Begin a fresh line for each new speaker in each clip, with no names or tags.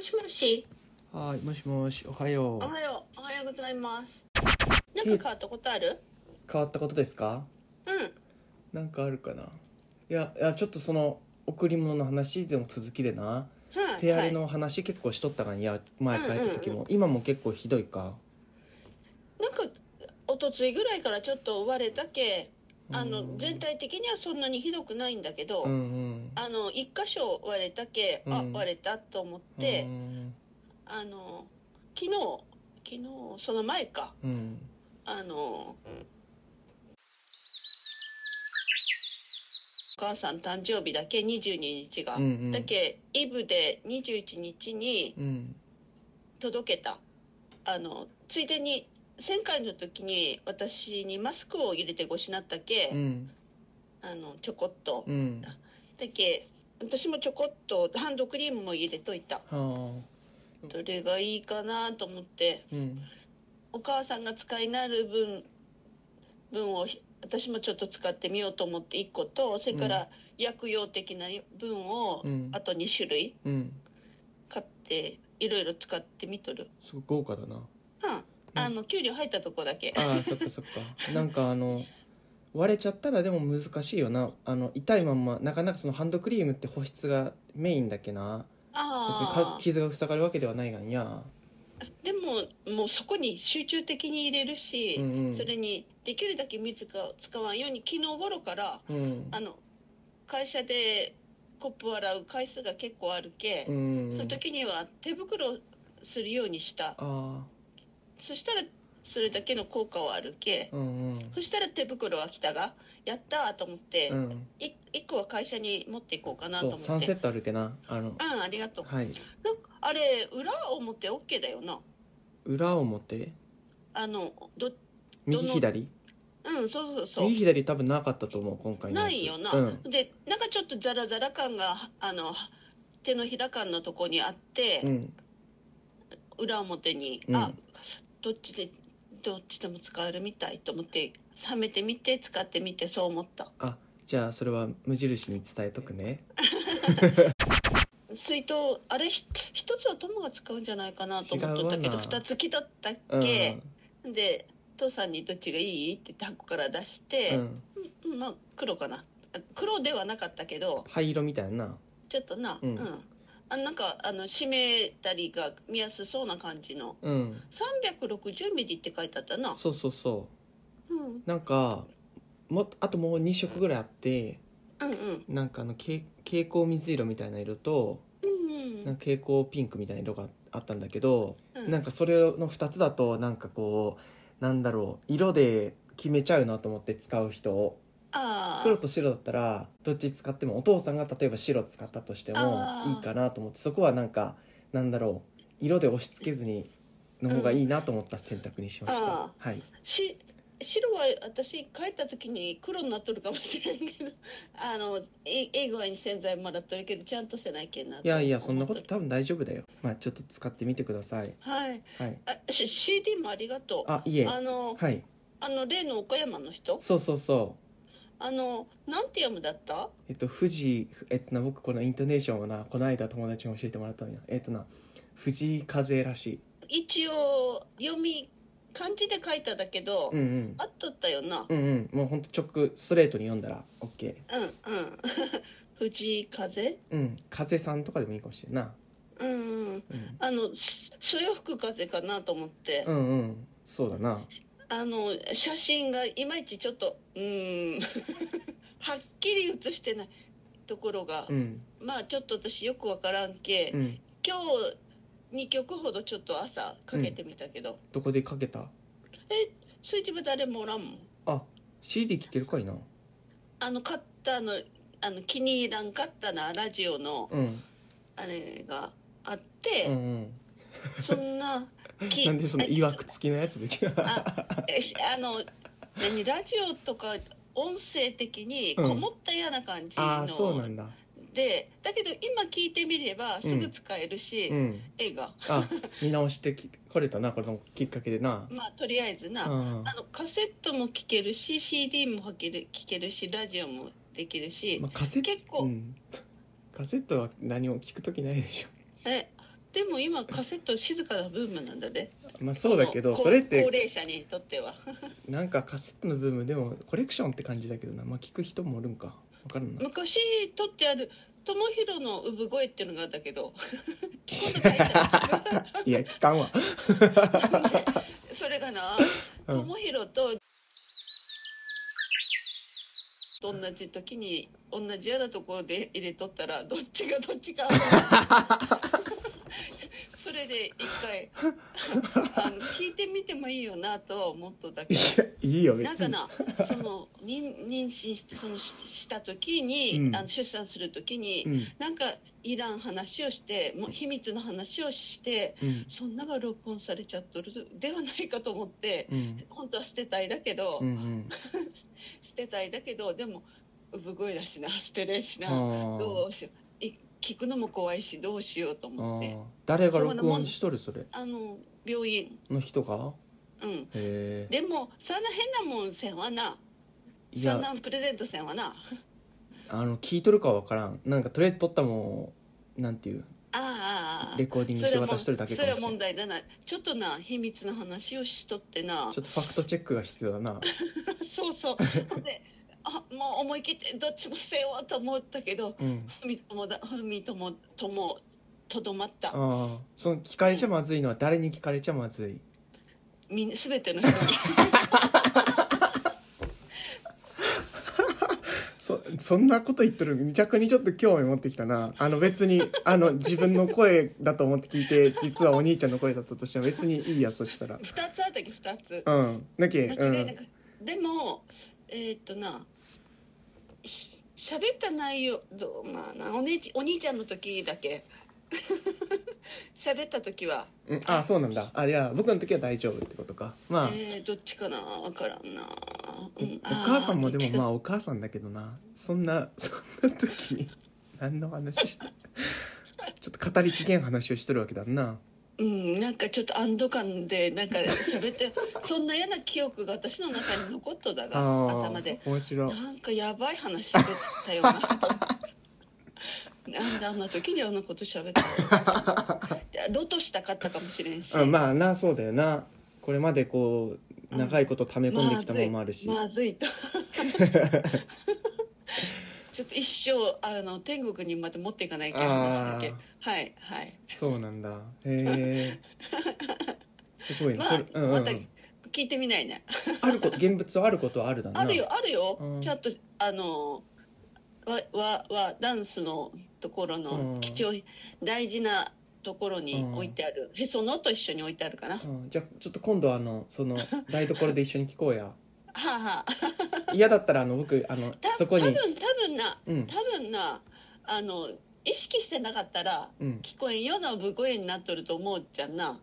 しもし。
はい、もしもし、おは
お
よう。
はよう。おはようございます。なんか変わったことある？
変わったことですか。
うん。
なんかあるかな。いや、いや、ちょっとその贈り物の話でも続きでな。
はい。
手荒れの話結構しとったがに、いや、前帰った時も、今も結構ひどいか。
はいなんかおとついぐらいからちょっと割れたけ、あ
う
の
ん
全体的にはそんなにひどくないんだけど、
うんうん。
あの一箇所割れたけ、あ
うん
割れたと思っ
う
て、
ん
あの昨日昨日その前か
うん。
あの。お母さん誕生日だけ22日が、
うんうん
だけイブで21日に
うん。
届けたあのついでに前回の時に私にマスクを入れてごしなったけ、
うん。
あのちょこっと、
うん。
だけ私もちょこっとハンドクリームも入れといた
は
どれがいいかなと思って
あ。うん。
お母さんが使いなる分分をひ私もちょっと使ってみようと思って1個とそれから薬用的な分を、
うん
あ。と2種類
うん。
買っていろいろ使ってみとる
すごい豪華だな。
うんあの給料入ったとこだけ
ああ、そっかそっか。なんかあの。割れちゃったらでも難しいよなあの痛いまんまなかなかそのハンドクリームって保湿がメインだけな別に
あ
か
あ
傷が塞がるわけではないがんや、
でももうそこに集中的に入れるし、
うんうん
それにできるだけ水が使わんように昨日頃から
うん
あの会社でコップを洗う回数が結構あるけ
う、ん、
その時には手袋をするようにした
あ
そしたらそれだけの効果はあるけ、
あうんうん
そしたら手袋は来たがやったーと思って、
うん
い一1個は会社に持っていこうかなと
そ
思っ
う3
て
セットあるってなあ
う
の
んありがとう
はい
なんかあれ裏表 OK だよな
裏表
あのどの
右左
うんそうそうそう
右左多分なかったと思う今回のやつ
ないよな、
うん
でなんかちょっとザラザラ感があの手のひら感のとこにあって、
うん
裏表に、
うん
あどっちでどっちでも使えるみたいと思って冷めてみて使ってみてそう思った
あじゃあそれは無印に伝えとくね
水筒あれひ一つは友が使うんじゃないかなと思っとったけ
違
ど
うわな
二つ来とったっ
うん
け、で父さんに「どっちがいい?」って箱から出し
う
て、
ん、
うんまあ黒かなあ黒ではなかったけど
灰色みたいな
ちょっとな、う
う
んんあなんかあの締めたりが見やすそうな感じの
うん
360ミリって書いてあったな、
そうそうそ
うん、うん
うなんかもあともう2色ぐらいあって
うんうん
なんかあのけ蛍光水色みたいな色と
うん
なんか蛍光ピンクみたいな色があったんだけど
うん
なんかそれの2つだとなんかこうなんだろう色で決めちゃうなと思って使う人を
あ
黒と白だったらどっち使ってもお父さんが例えば白使ったとしても
あー
いいかなと思ってそこはなんかなんだろう色で押し付けずにの方がいいなと思った選択にしまし
うん
た
あ、
はい、
ーし白は私帰った時に黒になっとるかもしれんけど あのえええ具合に洗剤もらっとるけどちゃんとせないけんない
いやいやそんなこと多分大丈夫だよまあちょっと使ってみてください
はい
はい
あし CD もありがとう
あいえ
あの、
はい
あの例の岡山の人
そうそうそう
あのなんて読むだった
えっと、富士、えっとな、僕このイントネーションをな、この間友達に教えてもらったのよ。えっとな、藤井風らしい。
一応読み漢字で書いただけど、
うんうん。
合っとったよな
うんうん。もうほんと直、ストレートに読んだら、オッケ
うんうん 藤井風
ー。うん。風さんとかでもいいかもしれんな。
うんうん
うん。
あのすそよ吹く風かなと思って、
うんうん。そうだな。
あの写真がいまいちちょっとうーん はっきり写してないところが
う、ん。
まあちょっと私よくわからんけ、
うん。
今日2曲ほどちょっと朝かけてみたけど、
どこでかけた
それ自分誰もおらんもん
あ、CD 聴けるかいな。
あの買ったのあの気に入らんかったなラジオの
うん。
あれがあっ
うんう
て、
ん。
そんなき
なんでその、いわくつきのやつでき
えしあの何ラジオとか音声的にこもったような感じ
ああ、そう
の
なんだ。
でだけど今聞いてみればすぐ使えるし、
うん。
映画
あ、見直してきこれたな、これのきっかけでな。
まあとりあえずな、
うん。
あのカセットも聴けるし CD も聴ける聴けるしラジオもできるし、
まあ、カセット
結構、
うん、カセットは何も聞く時ないでしょ
えでも今カセット静かなブームなんだね
まあそうだけど
この
それっ
高
て
齢者にとっては
なんかカセットのブームでもコレクションって感じだけどなまあ聞く人もおるんか分から んな
昔撮ってある友弘の産声っていうのがあったけど今度書いたら聞く
いや聞かんわ
それがな
うん
友弘と同じ時に同じ嫌なところで入れとったらどっちがどっちかそれで一回あの聞いてみてもいいよなとは思っとったけ
い
ど
やいいよ
なんか
別に
なその妊妊娠してそのしした時に、
うん
あの出産する時に、
うん
なんかいらん話をしてもう秘密の話をして
うん
そんなが録音されちゃっとるではないかと思って
うん
本当は捨てたいだけど、
うんうん
捨てたいだけどでも産声だしな捨てれんし
あ
な、ど
ー
うしようい聞くのも怖いしどうしようと
あ
思って
ー誰が録音しとるそれ
あの病院
の人が
うん
へえ
でもそんな変なもんせんわないそん
や
なんプレゼントせんわな
あの聞いとるかは分からんなんかとりあえず撮ったもんなんていう
ああ
レコーディングして渡しとるだけ
そ
かも
れ
し
は
れ
問
んち
題だなちょっとな秘密の話をしとってな
ょっとファクトチェックが必要だな
そうそうほんであもう思い切ってどっちも捨てようと思ったけど
うん
ふみともだふみともともとどまった
ああその聞かれちゃまずいのは誰に聞かれちゃまずい
みん全ての人に
そそんなこと言っとる逆にちょっと興味持ってきたなあの別にあの自分の声だと思って聞いて実はお兄ちゃんの声だったとしても別にいいやそしたら
2つあったっけ2つ
うんだけう
間違いなんく、でもえーっとなし喋った内容どうまあなお,、ね、お兄ちゃんの時だけ 喋った時は
うんあそうなんだあいや僕の時は大丈夫ってことかまあ、
えー、どっちかなわからんな、う
おお母さんもでもまあ
あ
お母さんだけどなそんな そんな時に 何の話 してちょっと語りつけん話をしとるわけだな
ーどっちかうんなんかちょっと安堵感でなんか喋って そんな嫌な記憶が私の中に残っとだ
あ
が
あ
頭で
面白い
なんかやばい話喋ってたよななんであんな時にあんなこと喋った のいやロトしたかったかもしれんし
あまあなそうだよなこれまでこう長いこと溜め込んできたものもあるし、
まずいと ちょっと一生あの天国にまで持っていかないけない話だけ
あ
はいはい
そうなんだへえ すごいね、
まあ
それうんうんうん
また聞いてみないね
あること現物はあることはあるだな
あるよあるよ、
うん
ちゃんとあのわわわダンスのところ
う
の
ん
貴重、大事なところに
うん
置いてある、へそのと一緒に置いてあるかな、は
うん、じゃあちょっと今度あのその台所で一緒に聞こうや
あはあ
嫌だったらあの僕あの
た
そ
多
こ
分多
に
分な
うん
多分なあの意識してなかったら
うん
聞こえんような産声になっとると思うじゃんな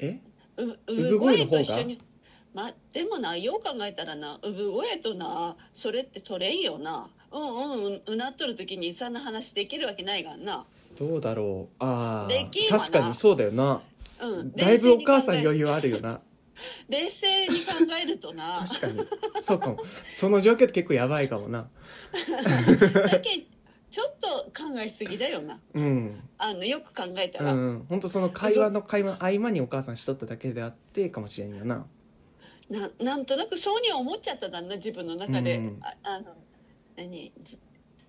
え
う産
産声
声
の方が
と一緒にまあでもなよう考えたらな産声となそれって取れんよなうんうんううなっとる時にそんな話できるわけないがんな
どうだろうあ
でき
あ
んわな
確かにそうだよな、
うん
だいぶお母さん
よ
余裕あるよな
冷静に考えると な
確かにそうかもその状況って結構やばいかもな
だけちょっと考えすぎだよな
うん
あのよく考えた
う
ら、
ん、本当その会話の会話の合間にお母さんしとっただけであってかもしれんよな
ななんとなくそうには思っちゃっただんな自分の中で、
うん
ああの何ず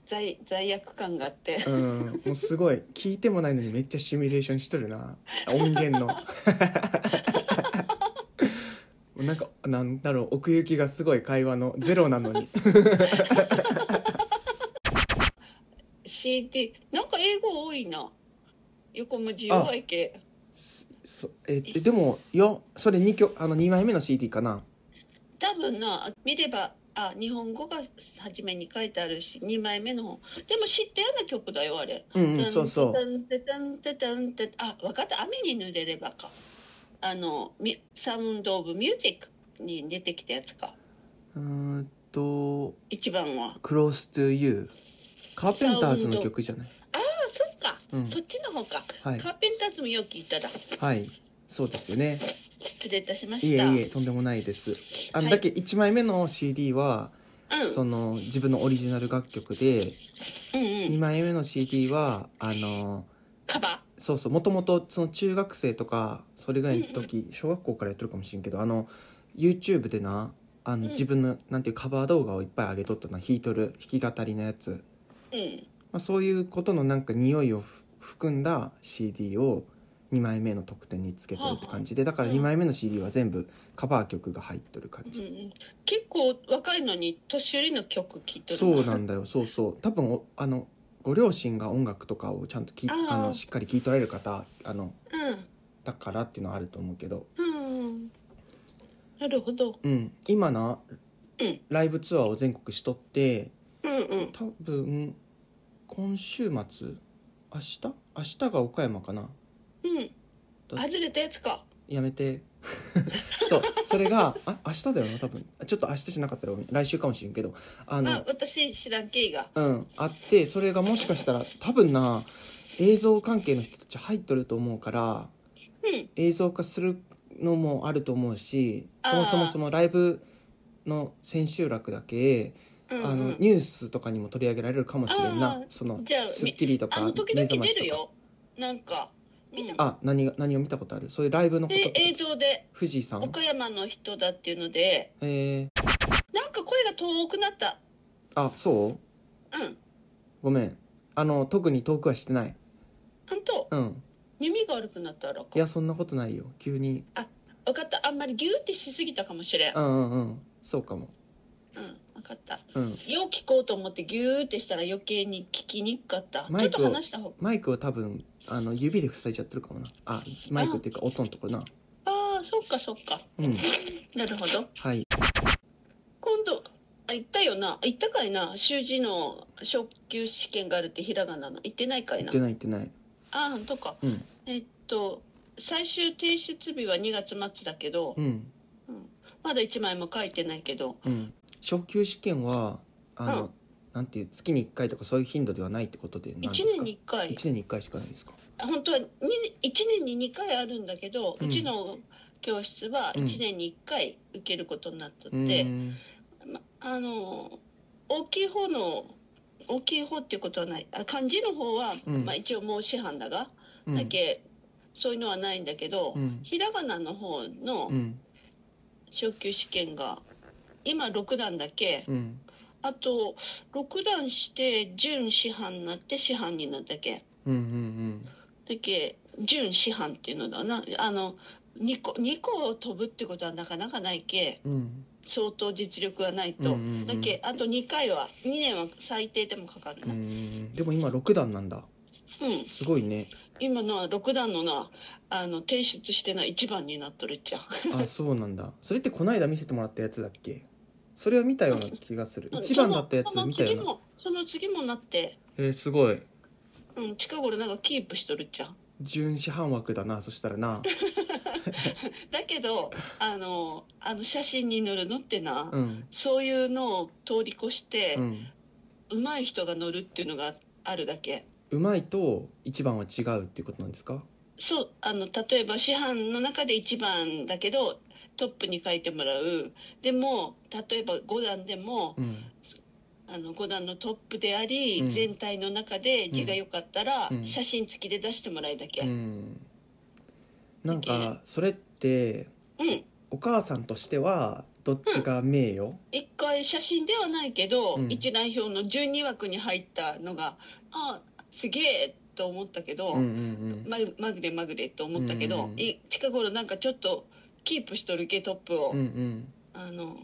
罪罪悪感があって
うんもうすごい聞いてもないのにめっちゃシミュレーションしとるな音源のなんかなんだろう奥行きがすごい会話のゼロなのに
CD なんか英語多いな横文字弱い系
そえでもよそれ 2, 曲あの2枚目の CD かな
多分な見ればあ日本語が初めに書いてあるし2枚目の方でも知ったような曲だよあれ
うんうんそうそ
タ
う
ンタンタンタンタンタンあ分かった雨に濡れればかあのミサウンド・オブ・ミュージックに出てきたやつか
うーんと
一番は
「Close to You」カーペンターズの曲じゃない
あそっか、
うん
そっちの方か、
はい
カーペンターズもよく聞いただ
はいそうですよね
失礼いたしま
い
した
えいえとんでもないですあの、
はい
だけ1枚目の CD は、その自分のオリジナル楽曲で
うんうんう
2
ん
枚目の CD はあの
カバー
そうそうもともとその中学生とかそれぐらいの時小学校からやってるかもしれんけどあの YouTube でなあ
う
の
ん
自分のなんていうカバー動画をいっぱい上げとったな弾いとる弾き語りのやつ、
うん
まあ、そういうことのなんか匂いをふ含んだ CD を2枚目の特典につけてるって感じでだから
うん
2枚目の CD は全部カバー曲が入っとる感
うんう
じ、
ん、結構若いのに年寄りの曲聴いてる
そうなん
だ
だよそうそう多分おあのご両親が音楽とかをちゃんとき
あー
あのしっかり聴いとられる方あの
うん
だからっていうのはあると思うけど
うんなるほど
うん、今な、
うん
ライブツアーを全国しとって
うんうん
多分今週末明日明日が岡山かな
うん
だ
外れたやつか
や めてそうそれがあ明日だよな多分あちょっと明日じゃなかったらごめん来週かもしれんけどあ
あ
の
私知らんけいが
うんあってそれがもしかしたら多分な映像関係の人たち入っとると思うから
うん
映像化するのもあると思うしそもそ
あ
も
ー
そのライブの千秋楽だけ
うん
あ
う
の
ん
ニュースとかにも取り上げられるかもしれん
あ
な
ー
その
じゃあ
『スッキリ』と
あ
か
の
「
時
目
々
覚ま
出
し」
る
とか
よなんか見た
あ何が何を見たことあるそういうライブのこと
で映像で
富士山
岡山の人だっていうので
えー、
なんか声が遠くなった
あそう
うん
ごめんあの特に遠くはしてない
ほんと
うん
耳が悪くなったら
い
か
やそんなことないよ急に
分かったあんまりギューってしすぎたかもしれんう
うんうんうんそうかも
ん分かった
うん
よう聞こうと思ってギューってしたら余計に聞きにくかった
マ
ちょ
イ
っ
クを
と話した方が
マイクを多分あの指で塞いちゃってるかもなあマイクっていうか音のところな
ああそっかそっか
うん
なるほど
はい
今度あ行ったよな行ったかいな習字の初級試験があるってひらがなの行ってないかい
言っ
な
てない言ってない
ああほんとか
うん
えっと最終提出日は2月末だけど、
うん
うんまだ1枚も書いてないけど
うん初級試験はあの、
うん
なんていう月に1回とかそういう頻度ではないってことで
1
何ですか
年に1回
一年に1回しかないですか
本当はに1年に2回あるんだけど、
う
うんちの教室は
うん
1年に1回受けることになって
う
て、
ん
まあの大きい方の大きい方っていうことはないあ漢字の方は、
うん
まあ、一応もう師範だが、
うん
だけそういうのはないんだけど、
うん
ひらがなの方の
うん
昇級試験が今6段だけ
うん
あと6段して準師範になって師範になったけ
うんうん
だけ準師範っていうのだなあの2個二個を飛ぶってことはなかなかないけ
うんうん
相当実力がないと、
うんうんうん
だけあと2回は2年は最低でもかかる
う
なうん、
んでも今六段なんだすごいね
今のは6段のなあの提出してない1番になっとるじゃん
あそうなんだそれってこの間見せてもらったやつだっけそれを見たような気がする 一番だったやつ
その
見た
その次
よな
もその次もなって、
えー、すごい
うん、近頃なんかキープしとるじゃん
準師範枠だなそしたらな
だけどあのあの写真に載るのってな、
うん
そういうのを通り越して
う、ん
上手い人が乗るっていうのがあるだけ
うまいと一番は違うっていうことなんですか
そうあの例えば師範の中で1番だけどトップに書いてもらうでも例えば5段でも
うん
あの5段のトップであり、
うん
全体の中で字が良かったら、
うん
写真付きで出してもらえだけう
う
ん、
んなんかそれってお母さんとしてはどっちが名誉、
一回写真ではないけど、
うん
一覧表の12枠に入ったのがあすげえと思ったけど、
うん、うん
ままぐれまぐれと思ったけど、
うん
い近頃なんかちょっとキープしとるけトップを。
うんうんうん
あの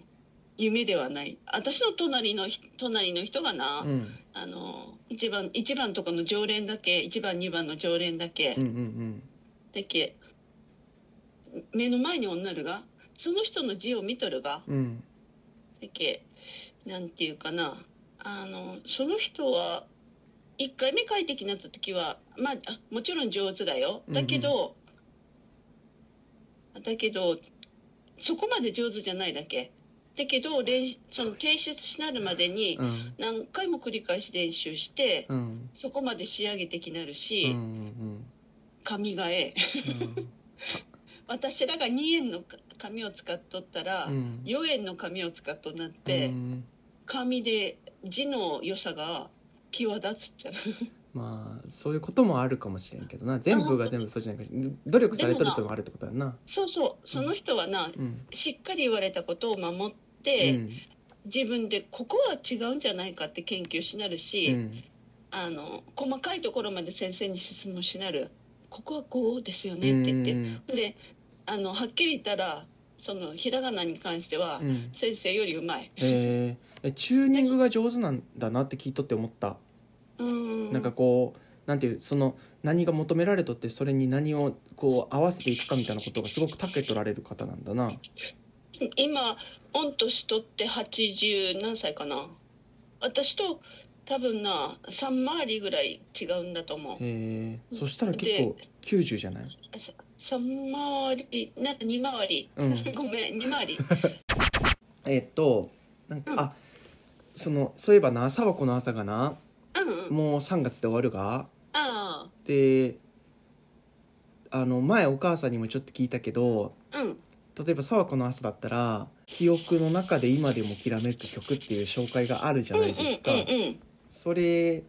夢ではない私の隣のひ隣の人がな、
うんうん
あの一番一番とかの常連だけ一番二番の常連だけ、
うんうん
だけ目の前に女るがその人の字を見とるが
うんうん
だけなんていうかなあのその人は1回目書いてきなった時はまああもちろん上手だよだけど、だけどそこまで上手じゃないだけだけど練その提出しなるまでに
うん
何回も繰り返し練習して
うん
そこまで仕上げてきなるし、
うんうん
髪がええ 私らが2円の紙を使っとったら、
うん
4円の紙を使っとなって。
うん
紙で字の良さが際立つっちゃう
まあそういうこともあるかもしれんけどな全部が全部そうじゃないか努力されとるともあるってことだな
そうそうその人はな、
うん、
しっかり言われたことを守って、
うん
自分でここは違うんじゃないかって研究しなるし、
うん、
あの細かいところまで先生に質問しなるここはこうですよねって言って、であのはっきり言ったらそのひらがなに関しては
うんうん
先生よりうまい、
えーえチューニングが上手なんだなって聞いとって思った、
うん、
なんかこうなんていうその何が求められとってそれに何をこう合わせていくかみたいなことがすごくたけとられる方なんだな
今御年取って80何歳かな私と多分な3回りぐらい違うんだと思う
えー、そしたら結構90じゃない
3回りな2回り、
うん
ごめん2回 り
えーっとなんか、
うん
あそのそういえばな朝はこの朝がな
うんうん
もう3月で終わるが
あ
であの前お母さんにもちょっと聞いたけど
あうん
例えば「沢子の朝」だったら「記憶の中で今でもきらめく曲」っていう紹介があるじゃ
うんう
なんいですか、
うんうん
それ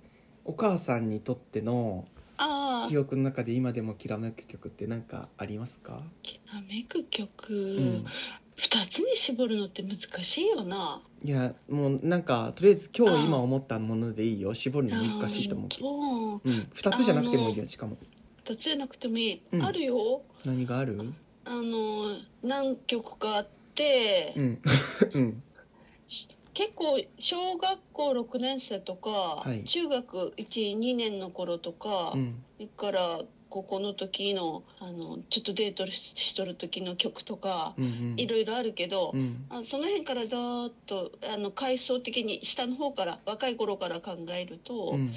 お母さんにとっての
ああ
記憶の中で今でもきらめく曲って何かありますか、
きらめく曲、
うん、
2つに絞るのって難しいよない
やもうなんかとりあえず今日今思ったものでいいよ絞るの難しいと思うけど、
ど
うん、2つじゃなくてもいいよしかも
2つじゃなくてもいい、
うん
あるよ
何がある
あの何曲かあって、
うんうん
結構小学校6年生とか、
はい
中学12年の頃とか、
うん
それから高校の時のあのちょっとデートししとる時の曲とか、
うんうん
いろいろあるけど、
うん
あその辺からだーっとあの階層的に下の方から若い頃から考えると、
うん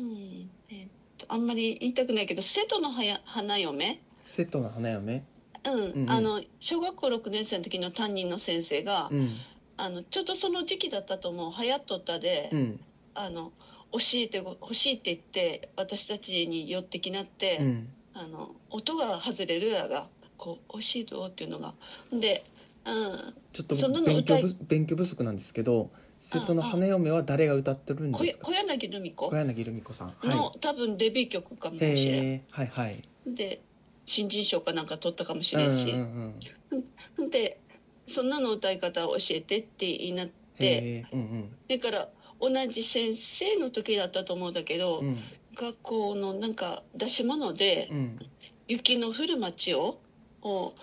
うんえっとあんまり言いたくないけど「瀬戸のはや花嫁」
セットの花嫁
うん
んうん
あの小学校6年生の時の担任の先生が、
うん
あのちょうどその時期だったと思う「はやっとったで」
うん
あの教えてほしいって言って私たちに寄ってきなって、
うん
あの音が外れるやがこう「おいしいど」っていうのがで、うん、
ちょっと
そんな
僕
の
勉強
歌
不勉強不足なんですけど「瀬戸の花嫁」は誰が歌ってるん
小
です
や
か
小柳ルミ子
小柳ルミ子さん
の、
は
多分デビュー曲かも
い
しれん
へえはいはい
で新人賞かなんか取ったかもし
うん
れ
うんん
し、
うん
でそんなの歌い方を教えてって言いなって
へえうん
だから同じ先生の時だったと思うんだけど、
うんうん
学校のなんか出し物で
うん
「雪の降る街を」を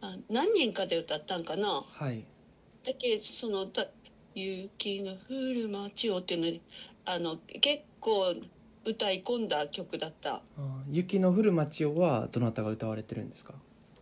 あ何人かで歌ったんかな
はい
だけどその歌「雪の降る街を」っていうのにあの結構歌い込んだ曲だった
あー雪の降る街をはどなたが歌われてるんですか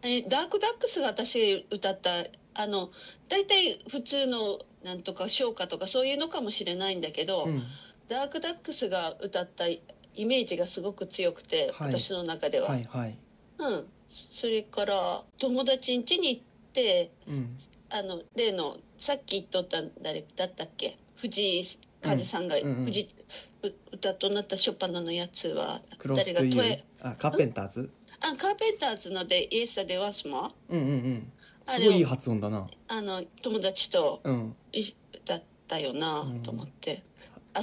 えダークダックスが私歌ったあの大体普通のなんとか唱歌とかそういうのかもしれないんだけど、
うん
ダークダックスが歌ったイメージがすごく強くて、
はい
私の中では、
はいはい
うん、それから友達ん家に行って
うん
あの例のさっき言っとった誰だったっけ藤井風さんが、
うんうんうん
藤う歌となったショパナのやつは
クロス
誰が
とい
ト
う
エ
あカーペンターズ
あカーペンターズので「イエスタデワスマ
うんうんうん
あ
す
れを
ごいいい発音だな
あの友達と
うん
だったよな
うん
と思って、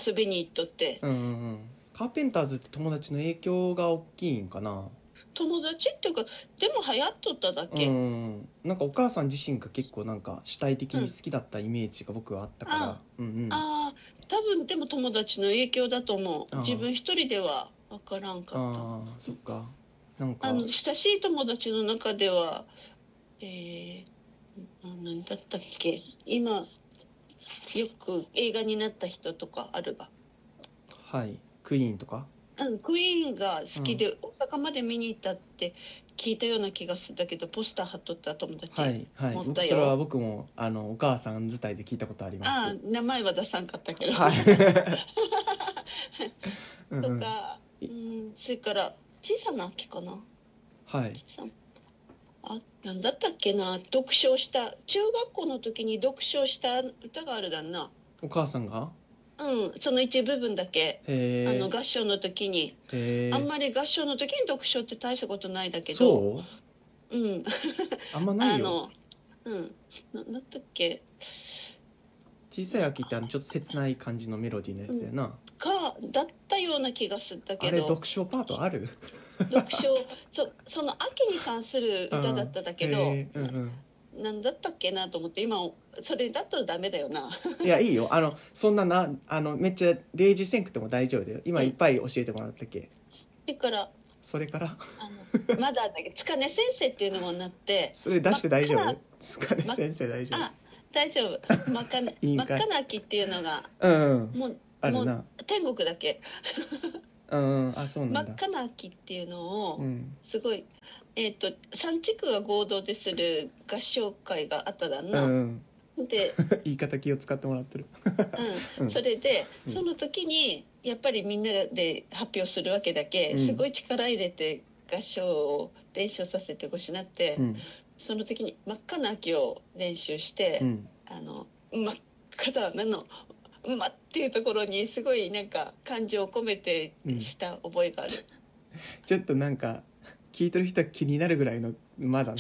遊びに行っとって
うんうんうんカーペンターズって友達の影響が大きいんかな
友達っていうかでも流行っとっただけ、
うん、なんかお母さん自身が結構なんか主体的に好きだったイメージが僕はあったから、うんうんあ
ああ多分でも友達の影響だと思う
あー
自分一人では分からんかった
あそっかなんか
あの親しい友達の中ではえー、な何だったっけ今よく映画になった人とかあるが、
はいクイーンとか
うん、クイーンが好きで大阪まで見に行ったって聞いたような気がするんだけどポスター貼っとった友達、
はいはい
持っ
僕
たよ
それは僕もあのお母さん自体で聞いたことあります
ああ名前は出さんかったけど、
はいうん う
と
んは
か、うん、それから小さな秋かない小さなあなんだったっけな読書した中学校の時に読書した歌があるだんな
お母さんが
うんその一部分だけ、
へ
あ
え
の合唱の時に、
へえ
あんまり合唱の時に読書って大したことないだけど
そう
う、ん、
あんまな
あ
いよ
のうんななんだっけ
小さい秋ってあのちょっと切ない感じのメロディーのやつやな、
かだったような気がするんだ
あ
け
れ
ど
読書パートある
読書 そその秋に関する歌だったんだけど、
うんへえうん
なんだったっけなと思って今それだったらダメだよな
うん、いやいいよあのそんななあのめっちゃ例示せんくても大丈夫だよ今
うん
いっぱい教えてもらったっけ、
だから
そ れから
あのまだだけど塚根先生っていうのもなって
それ出して大丈
ま
夫塚根先生大丈
あ大丈夫真っ赤な
いい
真
ん
っ
かい
赤な秋っていうのが
夫うん
もう
あ
も
るな
う天国だけ
うんうんあそう
真
な
っ
んだ
赤な秋っていうのを、
うん
すごいえっ、と3地区が合同でする合唱会があっただ
う
な、
ん
で、
言い方気を使ってもらってる
う、
うんん
それで、
うん
その時にやっぱりみんなで発表するわけだけ、
うん
すごい力入れて合唱を練習させてごしなって、
うん
その時に真っ赤な秋を練習して、
うん
あの真っ赤だなの「ま」っていうところにすごいなんか感情を込めてした覚えがある、
ちょっとなんか聞いてる人は気になるぐらいのまだな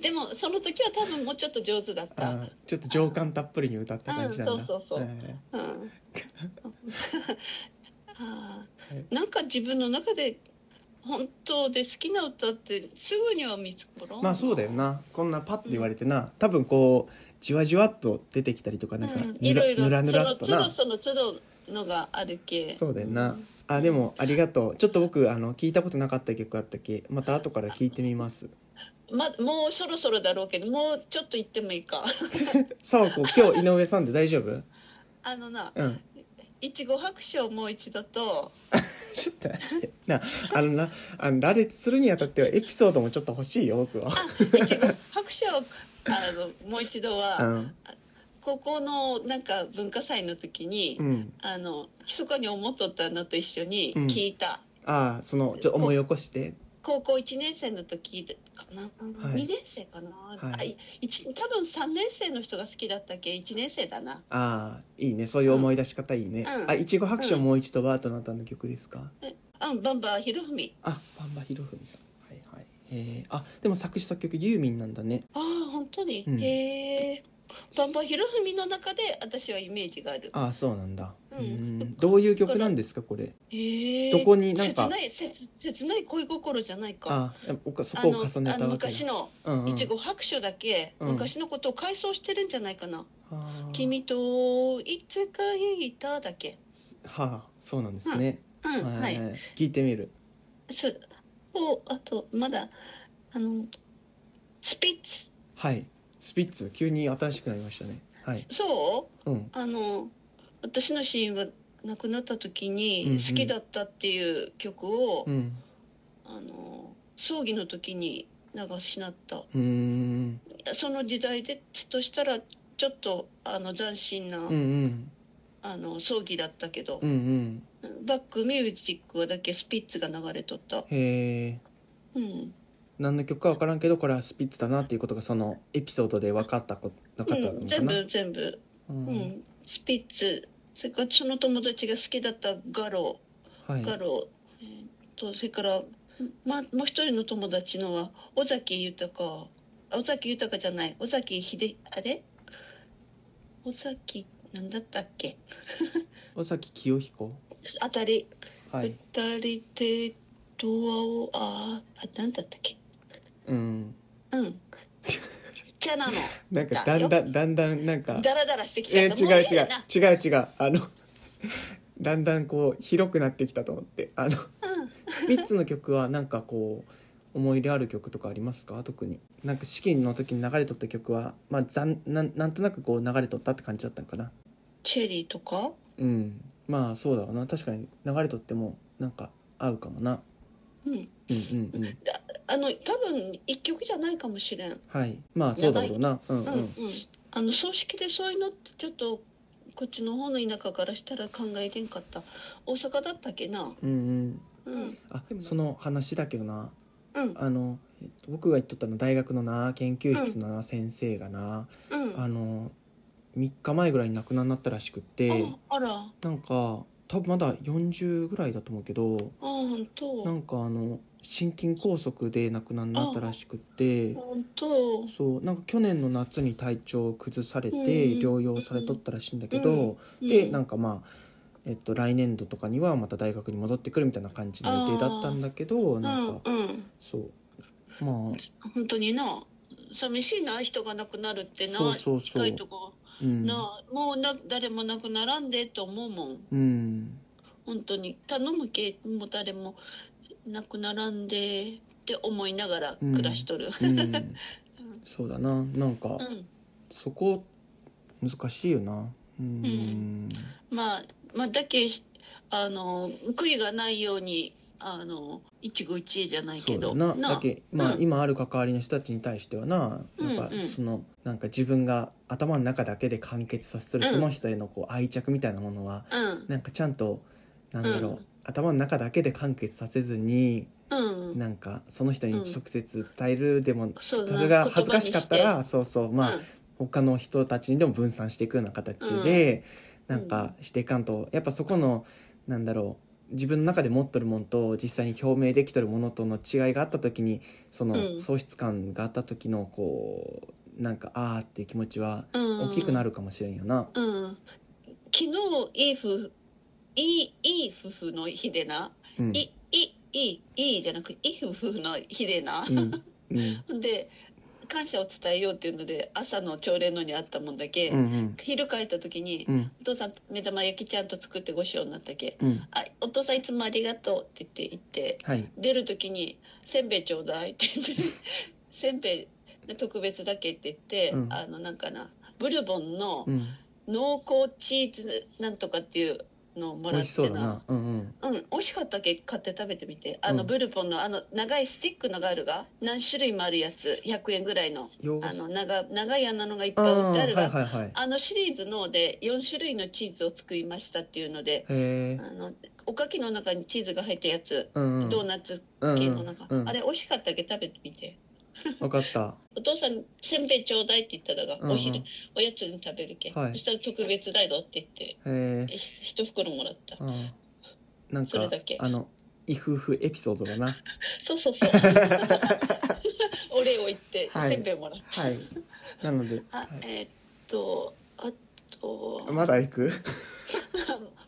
でもその時は多分もうちょっと上手だった、
あーちょっと情感たっぷりに歌った感じなんだ、
うんそうそうそう
はいはいはい
うんあー
はい
なんか自分の中で本当で好きな歌ってすぐには見つからん
まあそうだよなこんなパッと言われてな、多分こうじわじわっと出てきたりとかなんか
うんい
ぬら,、
ろいろ
ぬらぬらっと
その
な
都度その都度のがあるけ
そうだよなあでもありがとうちょっと僕あの聞いたことなかった曲あったっけまた後から聞いてみます
まもうそろそろだろうけどもうちょっと言ってもいいか
さ あこう今日井上さんで大丈夫
あのな
うん
「いちご白書」をもう一度と
ちょっと待って なあのなあの羅列するにあたってはエピソードもちょっと欲しいよ僕は
あいちご白書 をあのもう一度
う
は
ん
高校のなんか文化祭の時に、
うん
あの密かに思っとったのと一緒に
うん
聞いた、
ああそのちょっと思い起こして
高校1年生の時かな、
はい
2年生かな、
はい
あい一多分3年生の人が好きだったっけ1年生だな
ああいいねそういう思い出し方いいね、
うん
あいちご白書
うん
もう一度はどなたの曲ですか、
うんバンバーひろふみ
あパンバひろふみさんはいはいへえあでも作詞作曲ユーミンなんだね
ああ本当に、
うん
へえバンバーひろふみの中で私はイメージがある
ああそうなんだ
うん
うんどういう曲なんですかこれ
へえ
どこになんか
切ない切切ない恋心じゃないか
あやっぱおかそこを重ね
あ
た
の
わけ
昔
だ
の
うんうん
いちご白書だけ、
うん
昔のことを回想してるんじゃないかな
あー
君といつかいただけ。
はあそうなんですね、
うん、
はい
はい。
聞いてみる
それをあとまだあのスピッツ、
はいスピッツ急に新しくなりましたねはい
そう？
うん
あの私の親友が亡くなった時に
うんうん
好きだったっていう曲を、
うん
あの葬儀の時に流しなった。いう
ーん
やその時代でとしたらちょっとあの斬新な、
うんうん
あの葬儀だったけど
うんう、ん
バックミュージックだけスピッツが流れとった。
へえ
うん。
何の曲か分からんけどこれはスピッツだなっていうことがそのエピソードで分かったことなかった
う
の
ん、
かな、
全部全部、
う
うん
ん
スピッツそれからその友達が好きだったガロ
はい
ガロ、えーっとそれから、ま、もう一人の友達のは尾崎豊あ尾崎豊じゃない尾崎秀あれ尾崎なんだったっけ
尾崎清彦
あたり
はい
二人でドアをあーあなんだったっけ
うん
うん じゃなの
なんかだんだんだんだんなんか
ダラダラしてきちゃ
え
った
ー違
も
う
いい
違
や
う
な
違う違うあの だんだんこう広くなってきたと思ってあ
う
の
ん
スピッツの曲はなんかこう思い入れある曲とかありますか特になんか資金の時に流れとった曲はまあざんなんなんとなくこう流れとったって感じだったのかな
チェリーとか
うんまあそうだわな確かに流れとってもなんか合うかもな
うん
うんうんうん
あの多分一曲じゃないかもしれん。
はいまあそうだろうなう
う
んうんん、
うん。あの葬式でそういうのってちょっとこっちの方の田舎からしたら考えれんかった。大阪だったっけな。
うんうん
うん
あその話だけどな
うん
あの、えっと、僕が言っとったの大学のな研究室のな、先生がな
うん。
あの3日前ぐらいに亡くなったらしくって
ああらあ
なんか多分まだ40ぐらいだと思うけど
本
な
当
んかあの心筋梗塞で亡くなったらしくって
本当
そうなんか去年の夏に体調を崩されて
うん
療養されとったらしいんだけど、
うん
でなんかまあ、えっと、来年度とかにはまた大学に戻ってくるみたいな感じの予定だったんだけど
う
なん
ん
か
うん
そうまあ
本当にな寂しいな人が亡くなるってな
そうそうそう
近いとこ、
うん
なもうな誰も亡くならんでと思うもん
うん
本当に頼むけもう誰も亡くならんでって思いながら暮らしとる
うんそうだななんか
うん、
そこ難しいよなうん
まあまあだけしあの悔いがないようにあの一期一会じゃない
そ
け
うだ
ど
なだけまあ
うん
今ある関わりの人たちに対してはな
うん
やっぱ
うん
そのなんか自分が頭の中だけで完結させてる
うん
その人へのこう愛着みたいなものは
うん
なんかちゃんとなんだろう、
うん
頭の中だけで完結させずに
うん
なんかその人に直接伝えるでも、
そう
そ
だな
れが恥ずかしかった
言葉に
らそうそうまあ、
うん
他の人たちにでも分散していくような形で、なんかしていかんとやっぱそこのなんだろう自分の中で持っとるもんと実際に表明できとるものとの違いがあった時にそ
うん
の喪失感があった時のこうなんかああっていう気持ちは
うん
大きくなるかもしれんよな。
うん昨日いい夫婦いいいい夫婦の日でな、
うん
いいいいいいじゃなくいい夫婦の日でな
う、んうん
で感謝を伝えようっていうので朝の朝礼のにあったもんだけ、
うんうん
昼帰った時に、
うん
お父さん目玉焼きちゃんと作ってごしようになったけ
うん
あ「お父さんいつもありがとう」って言って言って
はい。
出る時に「せんべいちょうだい」って言 って「せんべい特別だけ」って言って、
うん
あのなんかなブルボンの
うん。
濃厚チーズなんとかっていうのをも
美
らっ
味しそう
て
だ
な
な。うんうん。
うん、美味しかったっけ買って食べてみてあの、
うん
ブルボンのあの長いスティックのがあるが何種類もあるやつ100円ぐらいの
洋菓
あ
子。
の長長い穴のがいっ
あ
ぱい
あ
売ってあ
はい
る
は
が
いはい。
あのシリーズので4種類のチーズを作りましたっていうので
へえ
あ。のおかきの中にチーズが入ったやつ、
うんうん。
ドーナツ
うん
系の中、
うん。
あれ美味しかったっけ食べてみて
わかった。
お父さんせんべいちょうだいって言っただが、
うんうん
お昼おやつに食べるけ、
はい
そしたら特別だよって言って
へえ。
一袋もらった
うんなん
それ
か
だけ
あの異夫婦エピソードだ な。
そうそうそうお礼を言って
はい
せんべいもらった、
はい。なので、は
あえーっとあと
い、まだ行く？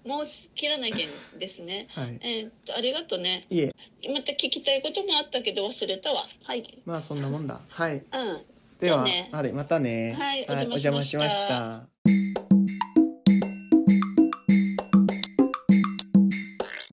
もう切らなきゃですね
はい。
えーっとありがとね
いえ、
また聞きたいこともあったけど忘れたわはい
まあそんなもんだ。はい。
うん
では、
じゃあね
はいまたね。
はいお邪魔しました
お邪魔しました。